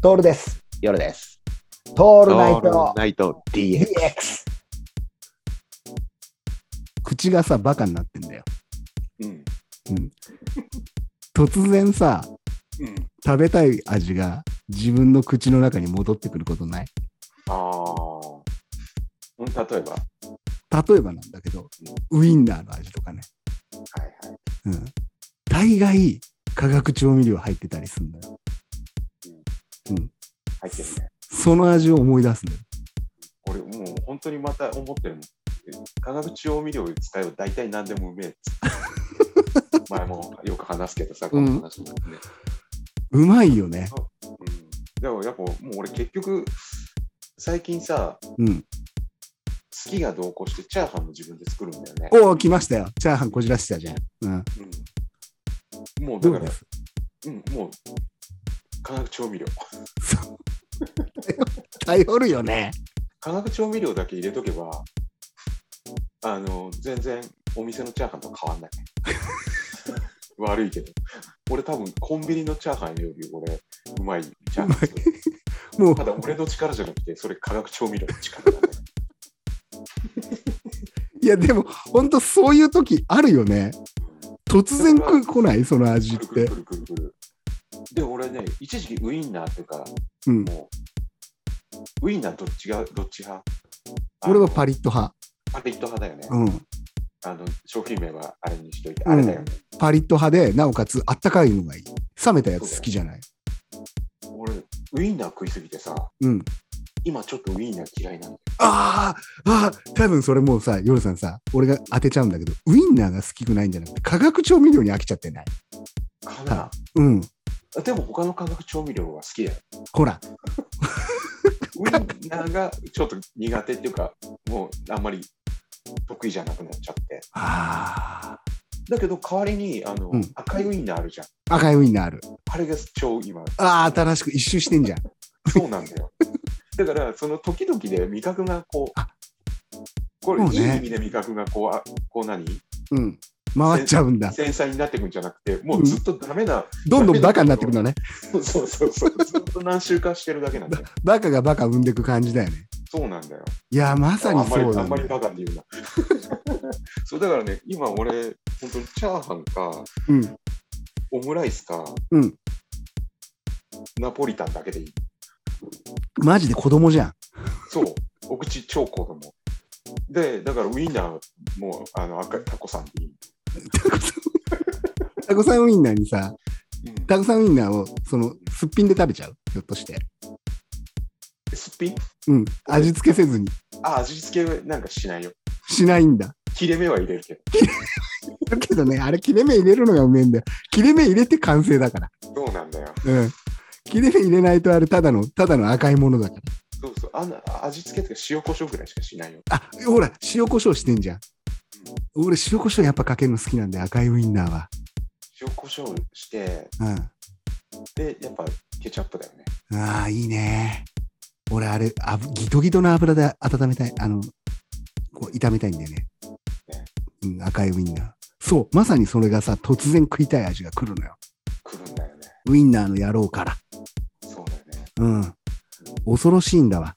トールです。夜です。トオールナイトナイト DX。 DX。口がさ、バカになってんだよ。うん。突然さ、うん。食べたい味が自分の口の中に戻ってくることない。ああ。うん例えば。は例えばなんだけど、ウインナーの味とかね。いはい。うん。大概、化学調味料入ってたりするんだよ。入ってるね。その味を思い出すんだよ。俺もう本当にまた思ってるもん。化学調味料を使えば大体何でもうめえっつ って。前もよく話すけどさ、この話もね。うまいよね。うん。でもやっぱもう俺結局、最近さ、好うん。きが同行してチャーハンも自分で作るんだよね。おお、来ましたよ。チャーハンこじらせてたじゃん。うん。うん、もうだどうかでら、すうん、もう化学調味料。頼るよね。化学調味料だけ入れとけば、あの、全然お店のチャーハンと変わ んない。悪いけど。俺多分コンビニのチャーハンより俺、うまいチャーハン作る。もうただ俺の力じゃなくて、それ化学調味料の力なんだよ。いやでも本当そういう時あるよね突然く来 ないその味っくるてくるくるくるくる。で、俺ね、一時期ウインナーっていうか、うんもう、ウインナーどっちが、どっち派俺はパリ。リッと派パリット派だよね。うんあの商品名はあれにしといて、うんあれだよね。パリッと派でなおかつあったかいのがいい冷めたやつ好きじゃない俺、ウインナー食いすぎてさ、うん今ちょっとウインナー嫌いなんだよ。あーあー多分それもうさ夜さんさ俺が当てちゃうんだけどウインナーが好きくないんじゃなくて化学調味料に飽きちゃってないかな。うんでも他の化学調味料は好きだよ。ほらウインナーがちょっと苦手っていうか、もうあんまり得意じゃなくなっちゃって。あだけど代わりにあの、うん赤いウインナーあるじゃん。ー赤いウインナーあるあれが超今、あー新しく一周してんじゃんそうなんだよ。だからその時々で味覚がこうあ、これいそうい意ね味で味覚がこう、あこう何うん回っちゃうんだ繊細になってくんじゃなくて、もうずっとダメな、どんどんバカになってくるのねそうそうそうそう、ずっと何周かしてるだ けなんだよ。バカがバカ生んでく感じだよねそうなんだよ。いやまさにあんまりそうあなんんまだりよバカって言うな。 そうだからね、今俺、本当にチャーハンか、うんオムライスか、うんナポリタンだけでいい。マジで子供じゃん。そう、 お口超子供。で、だからウインナーもあの赤いタコさんでいい。タコさんウインナーにさ、うんタコさんウインナーをそのすっぴんで食べちゃうひょっとして。すっぴんうん。味付けせずに。あ、味付けなんかしないよ。しないんだ。切れ目は入れるけど。だけどね、あれ切れ目入れるのがうめえんだよ。切れ目入れて完成だから。そうなんだよ。うん。切れ目入れないとあれただの、ただの赤いものだから。そうそう。あんな味付けとか塩コショウぐらいしかしないよ。あ、ほら、塩コショウしてんじゃん。俺、塩コショウやっぱかけるの好きなんで、赤いウインナーは。塩コショウして、うで、やっぱケチャップだよね。ん。ああ、いいね。俺、あれ、あぶギトギトの油で温めたい。あの、こう炒めたいんだよね。うん、赤いウインナー。そう、まさにそれがさ、突然食いたい味が来るのよ。くるんだよね。ウインナーの野郎から。そうだよね。うん。恐ろしいんだわ。